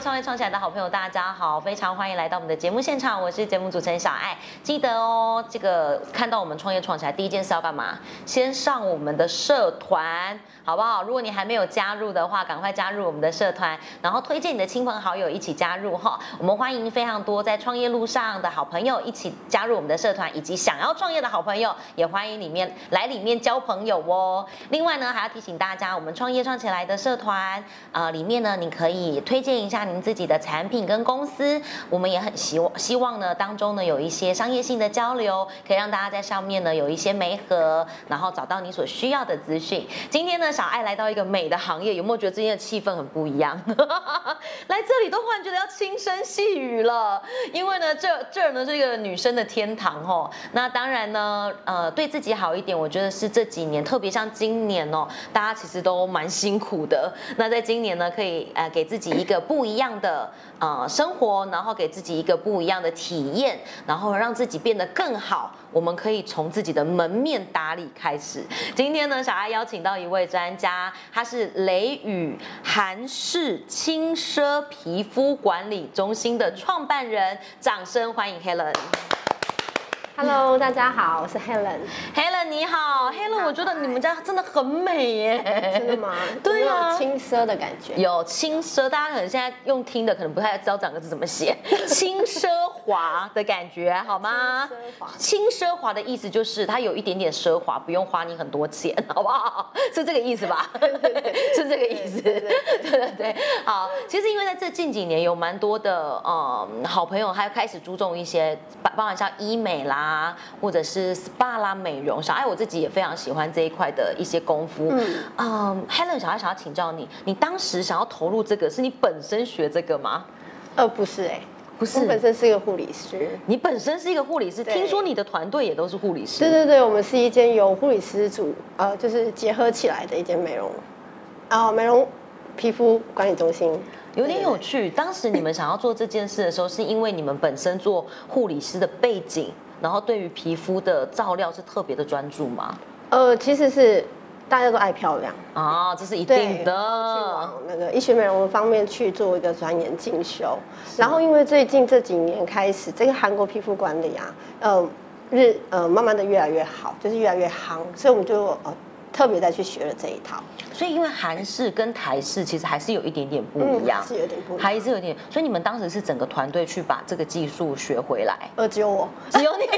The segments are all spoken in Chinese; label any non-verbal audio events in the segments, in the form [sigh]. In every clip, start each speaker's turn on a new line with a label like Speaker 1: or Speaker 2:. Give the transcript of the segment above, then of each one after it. Speaker 1: 创业创起来的好朋友，大家好，非常欢迎来到我们的节目现场，我是节目主持人小爱。记得哦，这个看到我们创业创起来，第一件事要干嘛？先上我们的社团，好不好？如果你还没有加入的话，赶快加入我们的社团，然后推荐你的亲朋好友一起加入哈。我们欢迎非常多在创业路上的好朋友一起加入我们的社团，以及想要创业的好朋友，也欢迎里面来里面交朋友哦。另外呢，还要提醒大家，我们创业创起来的社团，呃，里面呢，你可以推荐一下您自己的产品跟公司。我们也很希望希望呢，当中呢有一些商业性的交流，可以让大家在上面呢有一些媒合，然后找到你所需要的资讯。今天呢，小爱来到一个美的行业，有没有觉得最近的气氛很不一样？ [laughs] 来这里都忽然觉得要轻声细语了，因为呢，这这儿呢是一个女生的天堂哦。那当然呢，呃，对自己好一点，我觉得是这几年，特别像今年哦，大家其实都蛮辛苦的。那在今年呢，可以呃给自己一个不一样的呃生活，然后给自己一个不一样的体验，然后让自己变得更好。我们可以从自己的门面打理开始。今天呢，小爱邀请到一位专家，他是雷雨韩式轻奢皮肤管理中心的创办人，掌声欢迎 Helen。
Speaker 2: Hello，大家好，我是 [laughs] Helen。
Speaker 1: Helen 你好，Helen，我觉得你们家真的很美耶。
Speaker 2: 真的吗？
Speaker 1: 对啊
Speaker 2: 有没有轻奢的感觉。
Speaker 1: 有轻奢，大家可能现在用听的可能不太知道两个字怎么
Speaker 2: [laughs]
Speaker 1: 写，轻奢华的感觉好吗
Speaker 2: 轻奢华？
Speaker 1: 轻奢华的意思就是它有一点点奢华，不用花你很多钱，好不好？是这个意思
Speaker 2: [laughs]
Speaker 1: 吧？ [laughs] 是这个意思。对对对，好。其实因为在这近几年有蛮多的嗯好朋友，他开始注重一些包包含像医美啦，或者是 SPA 啦、美容。小爱我自己也非常喜欢这一块的一些功夫。
Speaker 2: 嗯
Speaker 1: 嗯，Helen，小孩想要请教你，你当时想要投入这个，是你本身学这个吗？
Speaker 2: 呃，不是哎、
Speaker 1: 不
Speaker 2: 我本身是一个护理师。
Speaker 1: 你本身是一个护理师，
Speaker 2: 对
Speaker 1: 听说你的团队也都是护理师。
Speaker 2: 对对对，我们是一间由护理师组呃，就是结合起来的一间美容，啊、美容皮肤管理中心。
Speaker 1: 有点有趣。当时你们想要做这件事的时候，是因为你们本身做护理师的背景，然后对于皮肤的照料是特别的专注吗？
Speaker 2: 呃，其实是大家都爱漂亮，
Speaker 1: 啊，这是一
Speaker 2: 对
Speaker 1: 定
Speaker 2: 去
Speaker 1: 的。
Speaker 2: 往那个医学美容方面去做一个钻研进修。然后因为最近这几年开始，这个韩国皮肤管理啊，呃，日呃慢慢的越来越好，就是越来越夯，所以我们就呃特别再去学了这一套，
Speaker 1: 所以，因为韩式跟台式其实还是有一点点不一样
Speaker 2: 还，嗯是有点不一样。
Speaker 1: 还是有点。所以，你们当时是整个团队去把这个技术学回来。
Speaker 2: [laughs] 呃，只有我，
Speaker 1: 只有你。 [laughs]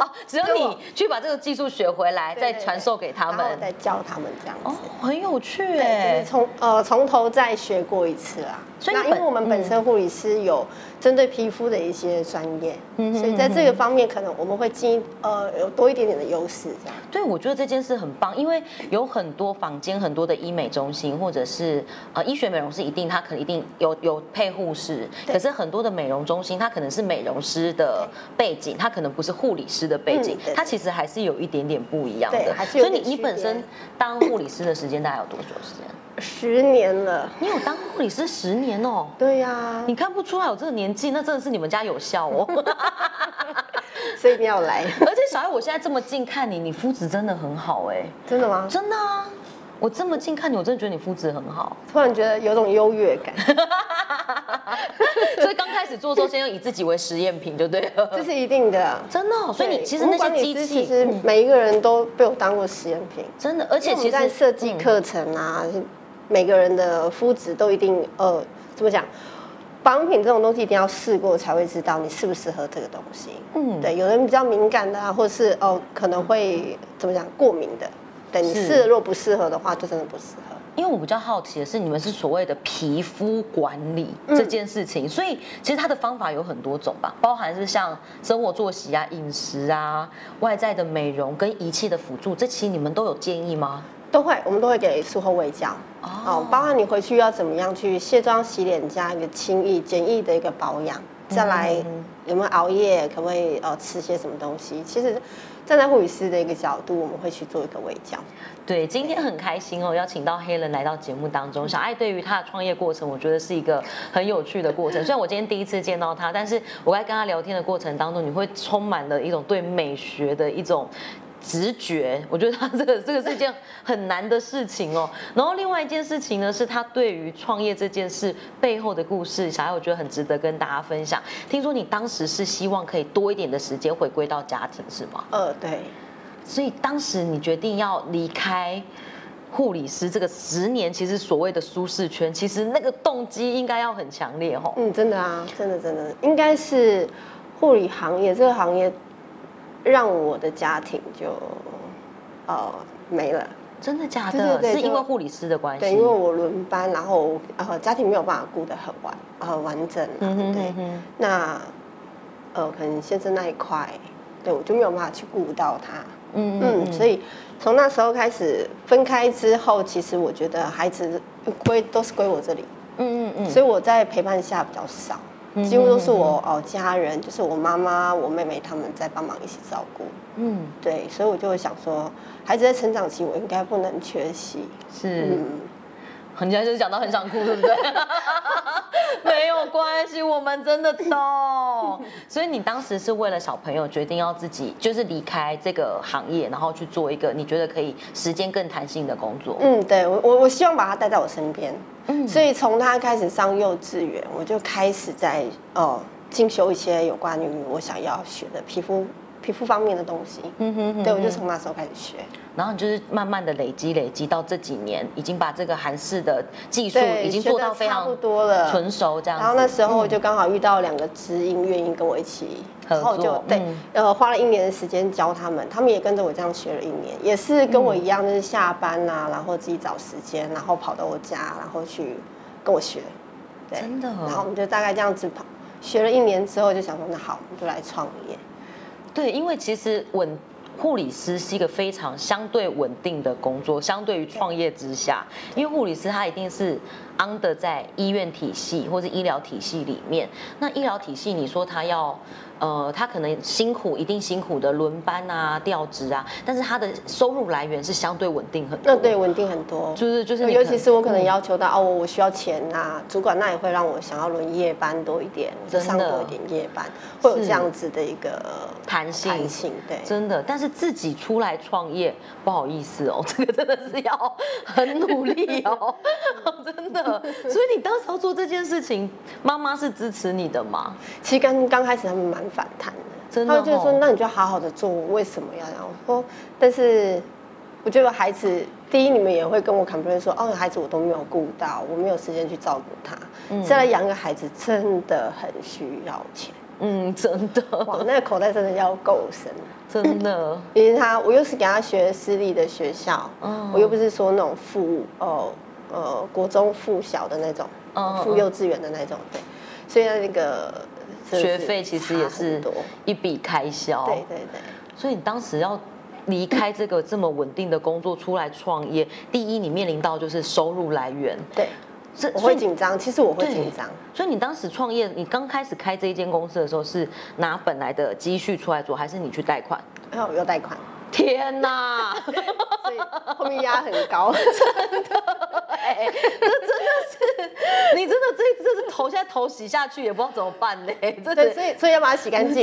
Speaker 1: 哦，只有
Speaker 2: 只有
Speaker 1: 你
Speaker 2: 我
Speaker 1: 去把这个技术学回来，
Speaker 2: 对
Speaker 1: 再传授给他
Speaker 2: 然后我
Speaker 1: 们。
Speaker 2: 再教他们这样子。
Speaker 1: 哦，很有趣
Speaker 2: 对，就
Speaker 1: 哎
Speaker 2: 是。从呃从头再学过一次啦。
Speaker 1: 所以
Speaker 2: 那
Speaker 1: 你
Speaker 2: 因为
Speaker 1: 本
Speaker 2: 我们本身护理师有针对皮肤的一些专业，
Speaker 1: 嗯
Speaker 2: 所以在这个方面可能我们会进呃有多一点点的优势这样。
Speaker 1: 对，我觉得这件事很棒，因为有很多坊间很多的医美中心，或者是呃医学美容是一定，它可能一定有有配护士，
Speaker 2: 对
Speaker 1: 可是很多的美容中心，它可能是美容师的背景，它可能不是护理师的背景
Speaker 2: 嗯对，对
Speaker 1: 它其实还是有一点点不一样
Speaker 2: 对
Speaker 1: 的
Speaker 2: 还。是
Speaker 1: 所
Speaker 2: 有
Speaker 1: 以你
Speaker 2: 点
Speaker 1: 你
Speaker 2: 区
Speaker 1: 本
Speaker 2: 别
Speaker 1: 身当护理师的时间大概有多久时间？
Speaker 2: 十年了，
Speaker 1: 你有当护理师十年哦。
Speaker 2: 对呀、
Speaker 1: 你看不出来我这个年纪，那真的是你们家有效哦。 [laughs]
Speaker 2: 所以一定要来，
Speaker 1: 而且小艾，我现在这么近看你，你肤质真的很好哎、
Speaker 2: 真的吗？
Speaker 1: 真的啊！我这么近看你，我真的觉得你肤质很 [laughs] 好。
Speaker 2: 突然觉得有种优
Speaker 1: [laughs]
Speaker 2: 越感，
Speaker 1: 所以刚开始做的时候，先用以自己为实验品就对
Speaker 2: 这
Speaker 1: 了。
Speaker 2: 是一定的。
Speaker 1: [laughs] 真的哦、所以你
Speaker 2: 对
Speaker 1: 其实
Speaker 2: 我
Speaker 1: 那
Speaker 2: 们
Speaker 1: 些
Speaker 2: 管理
Speaker 1: 机
Speaker 2: 师
Speaker 1: 器
Speaker 2: 其实每一个人都被我当过实验品，
Speaker 1: 真的，而
Speaker 2: 而且
Speaker 1: 且
Speaker 2: 我们
Speaker 1: 其
Speaker 2: 在
Speaker 1: 实
Speaker 2: 设计课程啊，每个人的肤质都一定呃，怎么讲？保养品这种东西一定要试过才会知道你适不适合这个东西。
Speaker 1: 嗯
Speaker 2: 嗯，对，有人比较敏感的啊，或是哦、可能会怎么讲过敏的，对你
Speaker 1: 是
Speaker 2: 试了如果不适合的话，就真的不适合。
Speaker 1: 因为我比较好奇的是，你们是所谓的皮肤管理这件事情，所以其实它的方法有很多种吧，包含是像生活作息啊、饮食啊、外在的美容跟仪器的辅助，这期你们都有建议吗？
Speaker 2: 都会，我们都会给术后微教。
Speaker 1: 哦
Speaker 2: 哦，包含你回去要怎么样去卸妆、洗脸加一个轻易、简易的一个保养，
Speaker 1: 嗯
Speaker 2: 再来有没有熬夜，可不可以呃吃些什么东西？其实站在护理师的一个角度，我们会去做一个微教。
Speaker 1: 对，今天很开心哦，邀请到黑人来到节目当中。小爱对于他的创业过程，我觉得是一个很有趣的过程。虽然我今天第一次见到他，但是我在跟他聊天的过程当中，你会充满了一种对美学的一种。直觉，我觉得他这个这个是一件很难的事情哦。 [laughs] 然后另外一件事情呢，是他对于创业这件事背后的故事，小艾我觉得很值得跟大家分享。听说你当时是希望可以多一点的时间回归到家庭，是吗？
Speaker 2: 呃，对，
Speaker 1: 所以当时你决定要离开护理师这个十年，其实所谓的舒适圈，其实那个动机应该要很强烈哦吼。
Speaker 2: 嗯，真的啊，真的真的，应该是护理行业这个行业让我的家庭就呃没了。
Speaker 1: 真的假
Speaker 2: 对
Speaker 1: 的？
Speaker 2: 对对
Speaker 1: 是因
Speaker 2: 就
Speaker 1: 为护理师的关
Speaker 2: 对，
Speaker 1: 系
Speaker 2: 因为。我轮班，然后呃家庭没有办法顾得很完呃完整、啊，
Speaker 1: 嗯哼
Speaker 2: 对
Speaker 1: 嗯，哼，
Speaker 2: 那呃可能先生那一块，对我就没有办法去顾到他，
Speaker 1: 嗯
Speaker 2: 嗯，所以从那时候开始分开之后，其实我觉得孩子归都是归我这里，
Speaker 1: 嗯嗯嗯，
Speaker 2: 所以我在陪伴下比较少，
Speaker 1: 嗯
Speaker 2: 几乎都是我哦家人，就是我妈妈、我妹妹他们在帮忙一起照顾，
Speaker 1: 嗯
Speaker 2: 对，所以我就想说，孩子在成长期我应该不能缺席，
Speaker 1: 是。
Speaker 2: 嗯。
Speaker 1: 很家就是讲到很想哭，对不 [laughs] 对？没有关系，我们真的懂。所以你当时是为了小朋友决定要自己就是离开这个行业，然后去做一个你觉得可以时间更弹性的工作。
Speaker 2: 嗯，对我我我希望把他带在我身边，
Speaker 1: 嗯
Speaker 2: 所以从他开始上幼稚园，我就开始在哦进修一些有关于我想要学的皮肤皮肤方面的东西。
Speaker 1: 嗯哼哼
Speaker 2: 对，我就从那时候开始学。
Speaker 1: 然后你就是慢慢的累积累积到这几年，已经把这个韩式的技术
Speaker 2: 对
Speaker 1: 已经
Speaker 2: 学
Speaker 1: 做
Speaker 2: 得
Speaker 1: 到非
Speaker 2: 差不
Speaker 1: 常
Speaker 2: 多了
Speaker 1: 纯熟这样子。嗯
Speaker 2: 然后那时候我就刚好遇到两个知音愿意跟我一起，
Speaker 1: 合作
Speaker 2: 然后我就对
Speaker 1: 嗯，
Speaker 2: 呃，花了一年的时间教他们，他们也跟着我这样学了一年，也是跟
Speaker 1: 嗯
Speaker 2: 我一样，就是下班呐、然后自己找时间，然后跑到我家，然后去跟我学，对，
Speaker 1: 真的哦
Speaker 2: 然后我们就大概这样子跑，学了一年之后就想说，那好，我们就来创业，
Speaker 1: 对，因为其实稳护理师是一个非常相对稳定的工作，相对于创业之下，因为护理师他一定是 under 在医院体系或是医疗体系里面。那医疗体系，你说他要呃，他可能辛苦，一定辛苦的轮班啊、调职啊，但是他的收入来源是相对稳定很多。
Speaker 2: 那对稳定很多，
Speaker 1: 就是就是你可嗯
Speaker 2: 尤
Speaker 1: 能，
Speaker 2: 其是我可能要求到、哦，我需要钱啊，主管那也会让我想要轮夜班多一点，我就上
Speaker 1: 真的
Speaker 2: 多一点夜班，会有这样子的一个
Speaker 1: 弹性
Speaker 2: 弹性，对。
Speaker 1: 真的，但是自己出来创业，不好意思哦， [laughs] 这个真的是要很努力哦， [laughs] 真的。所以你当时要做这件事情，妈妈是支持你的吗？
Speaker 2: 其实刚刚开始他们蛮反弹的，
Speaker 1: 真的
Speaker 2: 他们就说
Speaker 1: 哦：“
Speaker 2: 那你就好好的做，为什么要这样？”我说：“但是我觉得孩子，第一你们也会跟我 complain 说，哦，孩子我都没有顾到，我没有时间去照顾他。再来养个孩子真的很需要钱，
Speaker 1: 嗯，真的， [laughs]
Speaker 2: 哇，那个口袋真的要够深。”
Speaker 1: 真的，
Speaker 2: 因为他，我又是给他学私立的学校，
Speaker 1: 嗯
Speaker 2: 我又不是说那种附呃呃国中附小的那种，
Speaker 1: 嗯嗯
Speaker 2: 附幼稚园的那种，对，所以他那个真的
Speaker 1: 学
Speaker 2: [laughs] 是
Speaker 1: 费其实也
Speaker 2: 差很
Speaker 1: 是哦
Speaker 2: 多，
Speaker 1: 一笔开销。
Speaker 2: 对对对，
Speaker 1: 所以你当时要离开这个这么稳定的工作出来创业，第一你面临到就是收入来源，
Speaker 2: 对，
Speaker 1: 这
Speaker 2: 我
Speaker 1: 所
Speaker 2: 会
Speaker 1: 以
Speaker 2: 紧张，其实我会
Speaker 1: 对
Speaker 2: 紧张，
Speaker 1: 所以你当时创业，你刚开始开这一间公司的时候，是拿本来的积蓄出来做，还是你去贷
Speaker 2: [laughs]
Speaker 1: 款？
Speaker 2: 还有有贷款，
Speaker 1: 天哪，这真
Speaker 2: 所以后面压很
Speaker 1: [laughs]
Speaker 2: 高，
Speaker 1: 的是， [laughs] 你真的这这是头现在头洗下去也不知道怎么办呢，真
Speaker 2: 对，
Speaker 1: 的
Speaker 2: 所以所以要把它洗干
Speaker 1: [laughs]
Speaker 2: 净，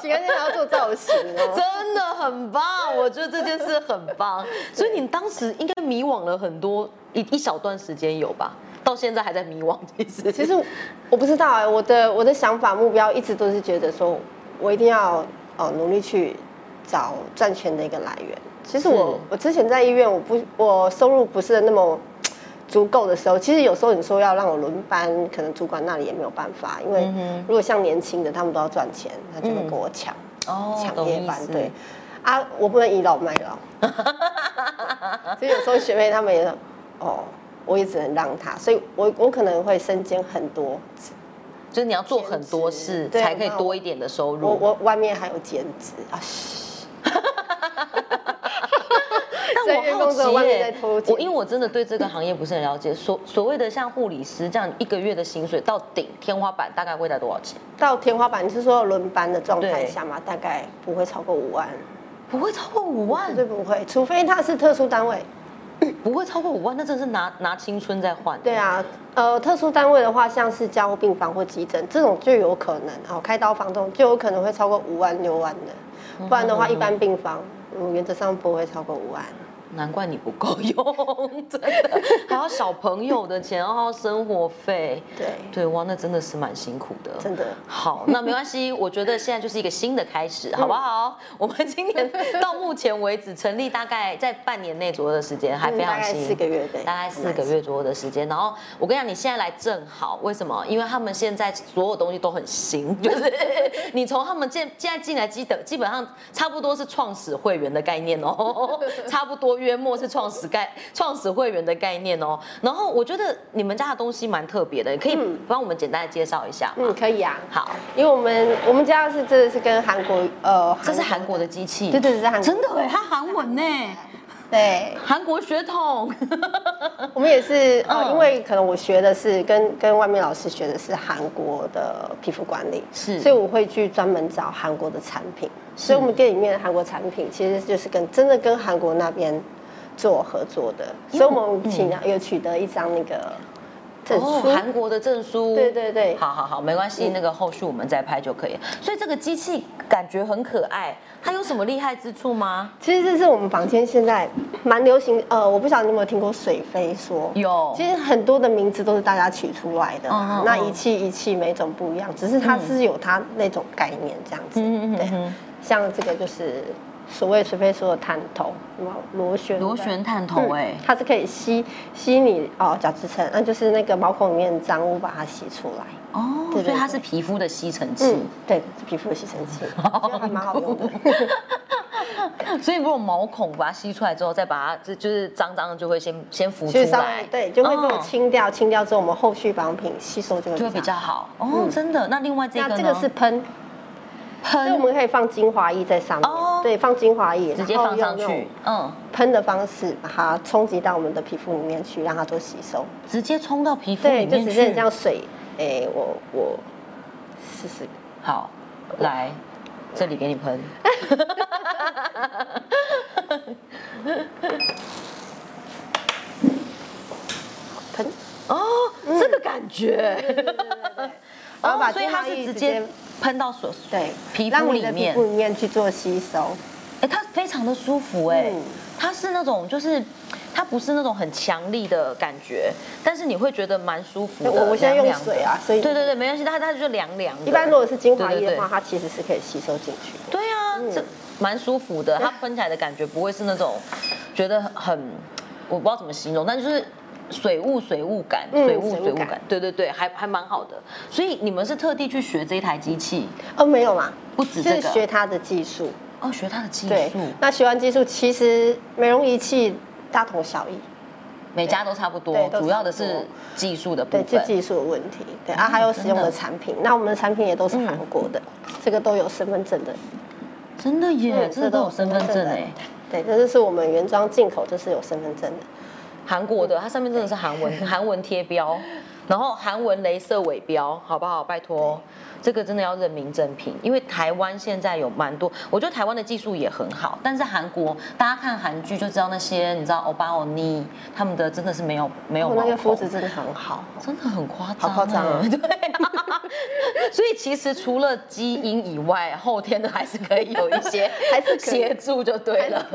Speaker 2: 洗干净还要做造型哦。
Speaker 1: 真的很棒，我觉得这件事很棒。所以你当时应该迷惘了很多一一小段时间有吧？到现在还在迷惘，其实
Speaker 2: 其实我不知道哎、我的我的想法目标一直都是觉得说，我一定要呃努力去找赚钱的一个来源。其实我
Speaker 1: 是
Speaker 2: 我之前在医院，我不我收入不是那么足够的时候，其实有时候你说要让我轮班，可能主管那里也没有办法，因为
Speaker 1: 嗯哼
Speaker 2: 如果像年轻的他们都要赚钱，他就会跟我抢
Speaker 1: 哦
Speaker 2: 抢、
Speaker 1: 懂
Speaker 2: 夜
Speaker 1: 意
Speaker 2: 班
Speaker 1: 思，
Speaker 2: 对。啊，我不能倚老卖老，
Speaker 1: [laughs]
Speaker 2: 所以有时候学妹她们也说哦，我也只能让她，所以我我可能会身兼很多，
Speaker 1: 就是你要做很多事
Speaker 2: 兼职对
Speaker 1: 才可以多一点的收入。
Speaker 2: 我我外面还有兼职啊，嘘在
Speaker 1: 但
Speaker 2: 月
Speaker 1: 我好
Speaker 2: 工作
Speaker 1: 奇
Speaker 2: 外面
Speaker 1: 耶
Speaker 2: 在偷钱
Speaker 1: 我因为我真的对这个行业不是很了解。所所谓的像护理师这样一个月的薪水到顶天花板大概会在多少钱？
Speaker 2: 到天花板，你是说轮班的状态
Speaker 1: 对
Speaker 2: 下嘛，大概不会超过五万，
Speaker 1: 不会超过五万
Speaker 2: 绝，对不会，除非他是特殊单位。
Speaker 1: 不会超过五万，那真的是拿拿青春在换。
Speaker 2: 对，啊，呃，特殊单位的话，像是加护病房或急诊这种就有可能，哦，开刀房这种就有可能会超过五万六万的。
Speaker 1: 嗯
Speaker 2: 不然的话，一般病房嗯原则上不会超过五万。
Speaker 1: 难怪你不够用，真
Speaker 2: [laughs]
Speaker 1: 的还要小朋友的钱，然后生活费。
Speaker 2: 对，
Speaker 1: 对哇，那真的是蛮辛苦的。
Speaker 2: 真的。
Speaker 1: 好，那没关系，我觉得现在就是一个新的开始，好不
Speaker 2: 嗯
Speaker 1: 好？我们今年到目前为止成立大概在半年内左右的时间，还非
Speaker 2: 嗯大
Speaker 1: 常
Speaker 2: 概
Speaker 1: 新。
Speaker 2: 四个月对，
Speaker 1: 大概四个月左右的时间。然后我跟你讲，你现在来正好，为什么？因为他们现在所有东西都很新， [laughs] 就是你从他们现现在进来基本基本上差不多是创始会员的概念
Speaker 2: [laughs]
Speaker 1: 哦，差不多约莫是创始概创始会员的概念哦。然后我觉得你们家的东西蛮特别的，可以
Speaker 2: 嗯
Speaker 1: 帮我们简单的介绍一下吗？
Speaker 2: 嗯，可以啊。
Speaker 1: 好，
Speaker 2: 因为我们我们家是真的是跟韩国呃，
Speaker 1: 这是韩国的机器，
Speaker 2: 对对对，是韩国
Speaker 1: 真的哎，它韩文呢，
Speaker 2: 对，
Speaker 1: 韩国血统，
Speaker 2: 我们也是呃，
Speaker 1: 嗯
Speaker 2: 因为可能我学的是跟跟外面老师学的是韩国的皮肤管理，
Speaker 1: 是
Speaker 2: 所以我会去专门找韩国的产品，所以我们店里面的韩国产品其实就是跟真的跟韩国那边做合作的，
Speaker 1: 因
Speaker 2: 所以
Speaker 1: 为
Speaker 2: 我们请了有取得一张那个证
Speaker 1: 哦嗯
Speaker 2: 书，
Speaker 1: 韩国的证书，
Speaker 2: 对对对
Speaker 1: 好好好，没关系，那个后续我们再拍就可以。所以这个机器感觉很可爱，它有什么厉害之处吗？
Speaker 2: 其实这是我们房间现在蛮流行，呃，我不晓得你有没有听过水飞说。
Speaker 1: 有
Speaker 2: 其实很多的名字都是大家取出来的啦，
Speaker 1: 嗯嗯嗯
Speaker 2: 那一气一气每种不一样，只是它是有它那种概念这样子。
Speaker 1: 嗯嗯嗯
Speaker 2: 对
Speaker 1: 嗯，
Speaker 2: 像这个就是所谓水飞说的探头，有没有螺旋
Speaker 1: 螺旋探头
Speaker 2: 嗯
Speaker 1: 哎，
Speaker 2: 它是可以吸吸你哦角质层，那就是那个毛孔里面的脏污把它吸出来。
Speaker 1: 哦，
Speaker 2: 对对对
Speaker 1: 所以它是皮肤的吸尘器
Speaker 2: 嗯，，对，是皮肤的吸尘
Speaker 1: [laughs]
Speaker 2: 器，我觉得还蛮好用的。
Speaker 1: 所以如果毛孔把它吸出来之后，再把它就就是脏脏的就会先先浮出
Speaker 2: 去稍
Speaker 1: 来
Speaker 2: 微，对，就会被我
Speaker 1: 哦
Speaker 2: 清掉，清掉之后我们后续保养品吸收就会
Speaker 1: 就会比较
Speaker 2: 好。
Speaker 1: 好哦，真的。那另外这个呢？
Speaker 2: 那这个是喷，所以我
Speaker 1: 喷，
Speaker 2: 们可以放精华液在上面，
Speaker 1: 哦
Speaker 2: 对，放精华液，
Speaker 1: 直接
Speaker 2: 然后
Speaker 1: 放上
Speaker 2: 用那种
Speaker 1: 去，嗯，
Speaker 2: 喷的方式把它冲击到我们的皮肤里面去，让它做吸收。
Speaker 1: 直接冲到皮肤里
Speaker 2: 对，就
Speaker 1: 面
Speaker 2: 直接
Speaker 1: 去
Speaker 2: 这。样水，哎、我我试试。
Speaker 1: 好，来，这里给你喷。
Speaker 2: 喷，
Speaker 1: 哦，这个感觉。
Speaker 2: 然后
Speaker 1: 嗯
Speaker 2: 把
Speaker 1: 哦所以
Speaker 2: 精
Speaker 1: 它
Speaker 2: 华
Speaker 1: 是
Speaker 2: 液
Speaker 1: 直接喷到水
Speaker 2: 对
Speaker 1: 皮
Speaker 2: 让
Speaker 1: 肤
Speaker 2: 你
Speaker 1: 里
Speaker 2: 的皮
Speaker 1: 面
Speaker 2: 肤，里面去做吸收。
Speaker 1: 哎，它非常的舒服哎
Speaker 2: 嗯，
Speaker 1: 它是那种就是它不是那种很强力的感觉，但是你会觉得蛮舒服的。
Speaker 2: 我我现在
Speaker 1: 凉
Speaker 2: 用
Speaker 1: 凉的
Speaker 2: 水，啊，所以
Speaker 1: 对对对，没关系，它它就凉凉的。
Speaker 2: 一般如果是精华
Speaker 1: 对
Speaker 2: 液
Speaker 1: 对
Speaker 2: 的
Speaker 1: 对
Speaker 2: 话，它其实是可以吸收进去的。
Speaker 1: 对啊，这蛮舒服的，它喷起来的感觉不会是那种觉得很，我不知道怎么形容，但就是。水雾水雾感，
Speaker 2: 嗯
Speaker 1: 水雾
Speaker 2: 水雾
Speaker 1: 水雾感
Speaker 2: 感，
Speaker 1: 对对对，还还蛮好的。所以你们是特地去学这一台机器，
Speaker 2: 哦，没有嘛，
Speaker 1: 不止
Speaker 2: 就
Speaker 1: 这
Speaker 2: 是学
Speaker 1: 个，
Speaker 2: 它的技术。
Speaker 1: 哦，学它的技
Speaker 2: 对
Speaker 1: 术，，
Speaker 2: 那学完技术，其实美容仪器大同小异，
Speaker 1: 每家都差不
Speaker 2: 对
Speaker 1: 多
Speaker 2: 都，差不多
Speaker 1: 主要的是技术的部
Speaker 2: 对，
Speaker 1: 分。
Speaker 2: 这技术的问题。对啊，还有使用
Speaker 1: 嗯真的
Speaker 2: 的
Speaker 1: 嗯
Speaker 2: 产品，那我们的产品也都是韩国的，这个都有身份证的。
Speaker 1: 真的耶，
Speaker 2: 嗯
Speaker 1: 真的都有身份证
Speaker 2: 的
Speaker 1: 哎，
Speaker 2: 对，这就是我们原装进口，这是有身份证的。
Speaker 1: 韩国
Speaker 2: 嗯
Speaker 1: 的，它上面真的是韩文韩文贴
Speaker 2: [laughs]
Speaker 1: 标，然后韩文镭射尾标，好不好？拜托，这个真的要认明正品，因为台湾现在有蛮多，我觉得台湾的技术也很好，但是韩国大家看韩剧就知道那些，你知道欧巴欧尼他们的真的是没有没有
Speaker 2: 我
Speaker 1: 毛
Speaker 2: 哦那个肤
Speaker 1: 孔
Speaker 2: 质真的很好。
Speaker 1: 真的很夸张欸， [laughs]
Speaker 2: 好夸张啊
Speaker 1: 对啊，所以其实除了基因以外，后天的还是可以有一些
Speaker 2: [laughs] 还是可以
Speaker 1: 协助就对了，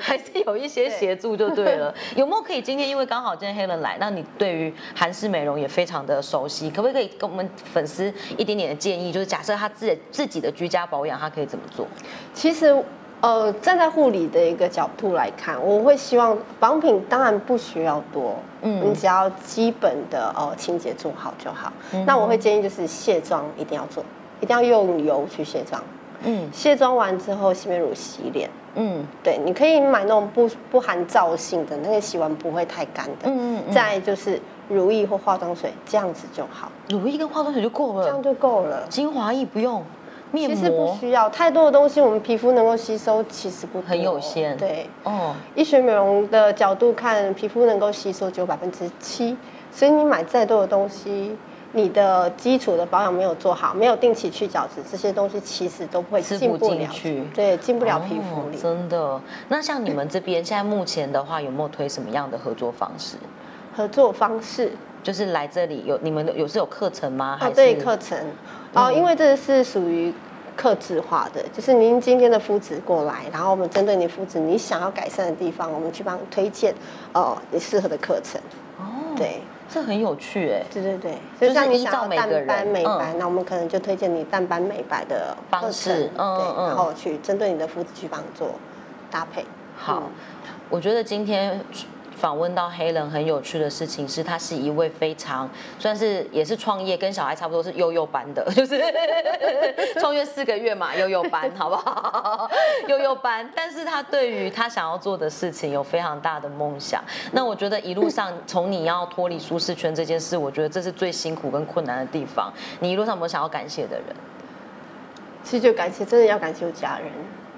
Speaker 1: 还
Speaker 2: 还
Speaker 1: 是有一些协助就对了。有没有可以今天因为刚好今天黑人来，那你对于韩式美容也非常的熟悉，可不可以给我们粉丝一点点的建议？就是假设他自己自己的居家保养，他可以怎么做？
Speaker 2: 其实，呃，站在护理的一个角度来看，我会希望保养品当然不需要多，
Speaker 1: 嗯
Speaker 2: 嗯，你只要基本的呃清洁做好就好。
Speaker 1: 嗯
Speaker 2: 那我会建议就是卸妆一定要做，一定要用油去卸妆。
Speaker 1: 嗯
Speaker 2: 卸妆完之后，洗面乳洗脸。
Speaker 1: 嗯
Speaker 2: 对，你可以买那种不不含皂性的，那个洗完不会太干的。
Speaker 1: 嗯嗯，
Speaker 2: 再就是乳液或化妆水，这样子就好，
Speaker 1: 乳液跟化妆水就够
Speaker 2: 这样
Speaker 1: 了，
Speaker 2: 就够了。
Speaker 1: 精华液不用，面
Speaker 2: 其实
Speaker 1: 嗯
Speaker 2: 不
Speaker 1: 膜
Speaker 2: 需要太多的东西，我们皮肤能够吸收其实不多
Speaker 1: 很有限
Speaker 2: 对，
Speaker 1: 哦。
Speaker 2: 医学美容的角度看，皮肤能够吸收只有百分之七，所以你买再多的东西，你的基础的保养没有做好，没有定期去角质，这些东西其实都会
Speaker 1: 吃
Speaker 2: 进
Speaker 1: 不
Speaker 2: 不
Speaker 1: 进
Speaker 2: 了
Speaker 1: 去
Speaker 2: 对，进不了皮肤
Speaker 1: 哦
Speaker 2: 里。
Speaker 1: 真的，那像你们这边现在目前的话，有没有推什么样的合作方式？
Speaker 2: 合作方式
Speaker 1: 就是来这里有你们有是有课程吗？还嗯
Speaker 2: 哦，
Speaker 1: 是
Speaker 2: 对，课程哦，因为这是属于克制化的，就是您今天的肤质过来，然后我们针对你肤质你想要改善的地方，我们去帮你推荐哦、你适合的课程。
Speaker 1: 哦，，
Speaker 2: 对，
Speaker 1: 这很有趣哎，
Speaker 2: 对对对，
Speaker 1: 就是
Speaker 2: 像你
Speaker 1: 依
Speaker 2: 想
Speaker 1: 照
Speaker 2: 要
Speaker 1: 每
Speaker 2: 淡
Speaker 1: 个人
Speaker 2: 斑美白，
Speaker 1: 嗯
Speaker 2: 那我们可能就推荐你淡斑美白的
Speaker 1: 方
Speaker 2: 课
Speaker 1: 式
Speaker 2: 程
Speaker 1: 嗯
Speaker 2: 对，
Speaker 1: 嗯
Speaker 2: 然后去针对你的肤质去帮你做搭配。
Speaker 1: 好
Speaker 2: 嗯，
Speaker 1: 我觉得今天访问到黑人很有趣的事情是，他是一位非常算是也是创业，跟小孩差不多是幼幼班的， [laughs] 就是创业四个月嘛，幼幼班好不好？ [laughs] 幼幼班，但是他对于他想要做的事情有非常大的梦想。那我觉得一路上从你要脱离舒适圈这件事，我觉得这是最辛苦跟困难的地方。你一路上有没有想要感谢的人？
Speaker 2: 其实就感谢，真的要感谢我家人，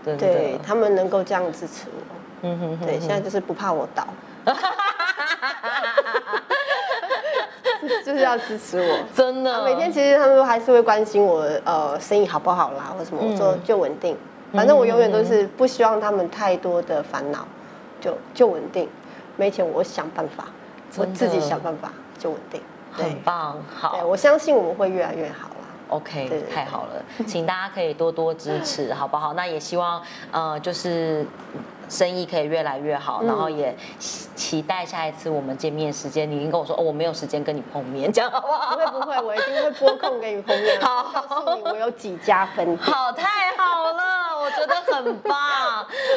Speaker 1: 真的
Speaker 2: 对他们能够这样支持我。
Speaker 1: 嗯哼哼
Speaker 2: 对，现在就是不怕我
Speaker 1: [laughs]
Speaker 2: 倒，就是要支持我。
Speaker 1: 真的，
Speaker 2: 啊每天其实他们都还是会关心我，呃，生意好不好
Speaker 1: 嗯
Speaker 2: 啦，或什么，我说就稳定。反正我永远都是不希望他们太多的烦恼，就就稳定。没钱我想办法，我
Speaker 1: 真的
Speaker 2: 自己想办法就稳定。对
Speaker 1: 很，棒，好
Speaker 2: 对，。我相信我们会越来越好啦。
Speaker 1: OK，
Speaker 2: 对对对
Speaker 1: 太好了，请大家可以多多支
Speaker 2: [laughs]
Speaker 1: 持，好不好？那也希望呃，就是生意可以越来越
Speaker 2: 嗯
Speaker 1: 好，然后也期期待下一次我们见面的时间。你已经跟我说哦，我没有时间跟你碰面，这样好不好？
Speaker 2: 不会不会，我一定会拨空给你碰面，
Speaker 1: 好
Speaker 2: 告诉你我有几家分店。
Speaker 1: 好，太好了，我觉得很棒。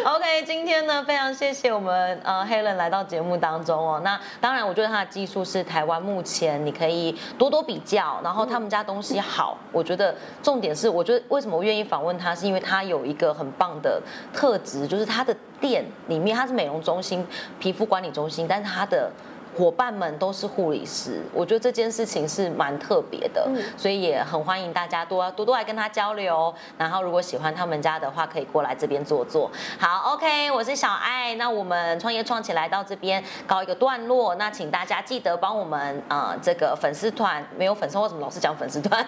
Speaker 1: OK，今天呢，非常谢谢我们呃 Helen 来到节目当中哦。那当然，我觉得她的技术是台湾目前你可以多多比较，然后他们家东西好，我觉得重点是，我觉得为什么我愿意访问她，是因为她有一个很棒的特质，就是她的店里面它是美容中心、皮肤管理中心，但是她的。伙伴们都是护理师，我觉得这件事情是蛮特别的，所以也很欢迎大家多多多来跟他交流。然后如果喜欢他们家的话，可以过来这边坐坐。好，OK，我是小爱，那我们创业创起来到这边告一个段落。那请大家记得帮我们呃这个粉丝团没有粉丝，为什么老是讲粉丝团？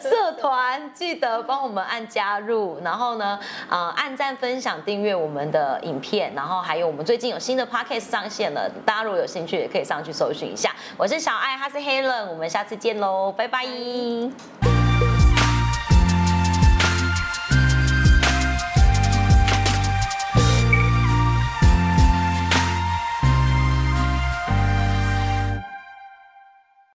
Speaker 1: 社团记得帮我们按加入，然后呢呃按赞、分享、订阅我们的影片，然后还有我们最近有新的 podcast 上线了，大家如果有兴趣也可以上去搜寻一下。我是小爱，他是 Helen，我们下次见喽，拜拜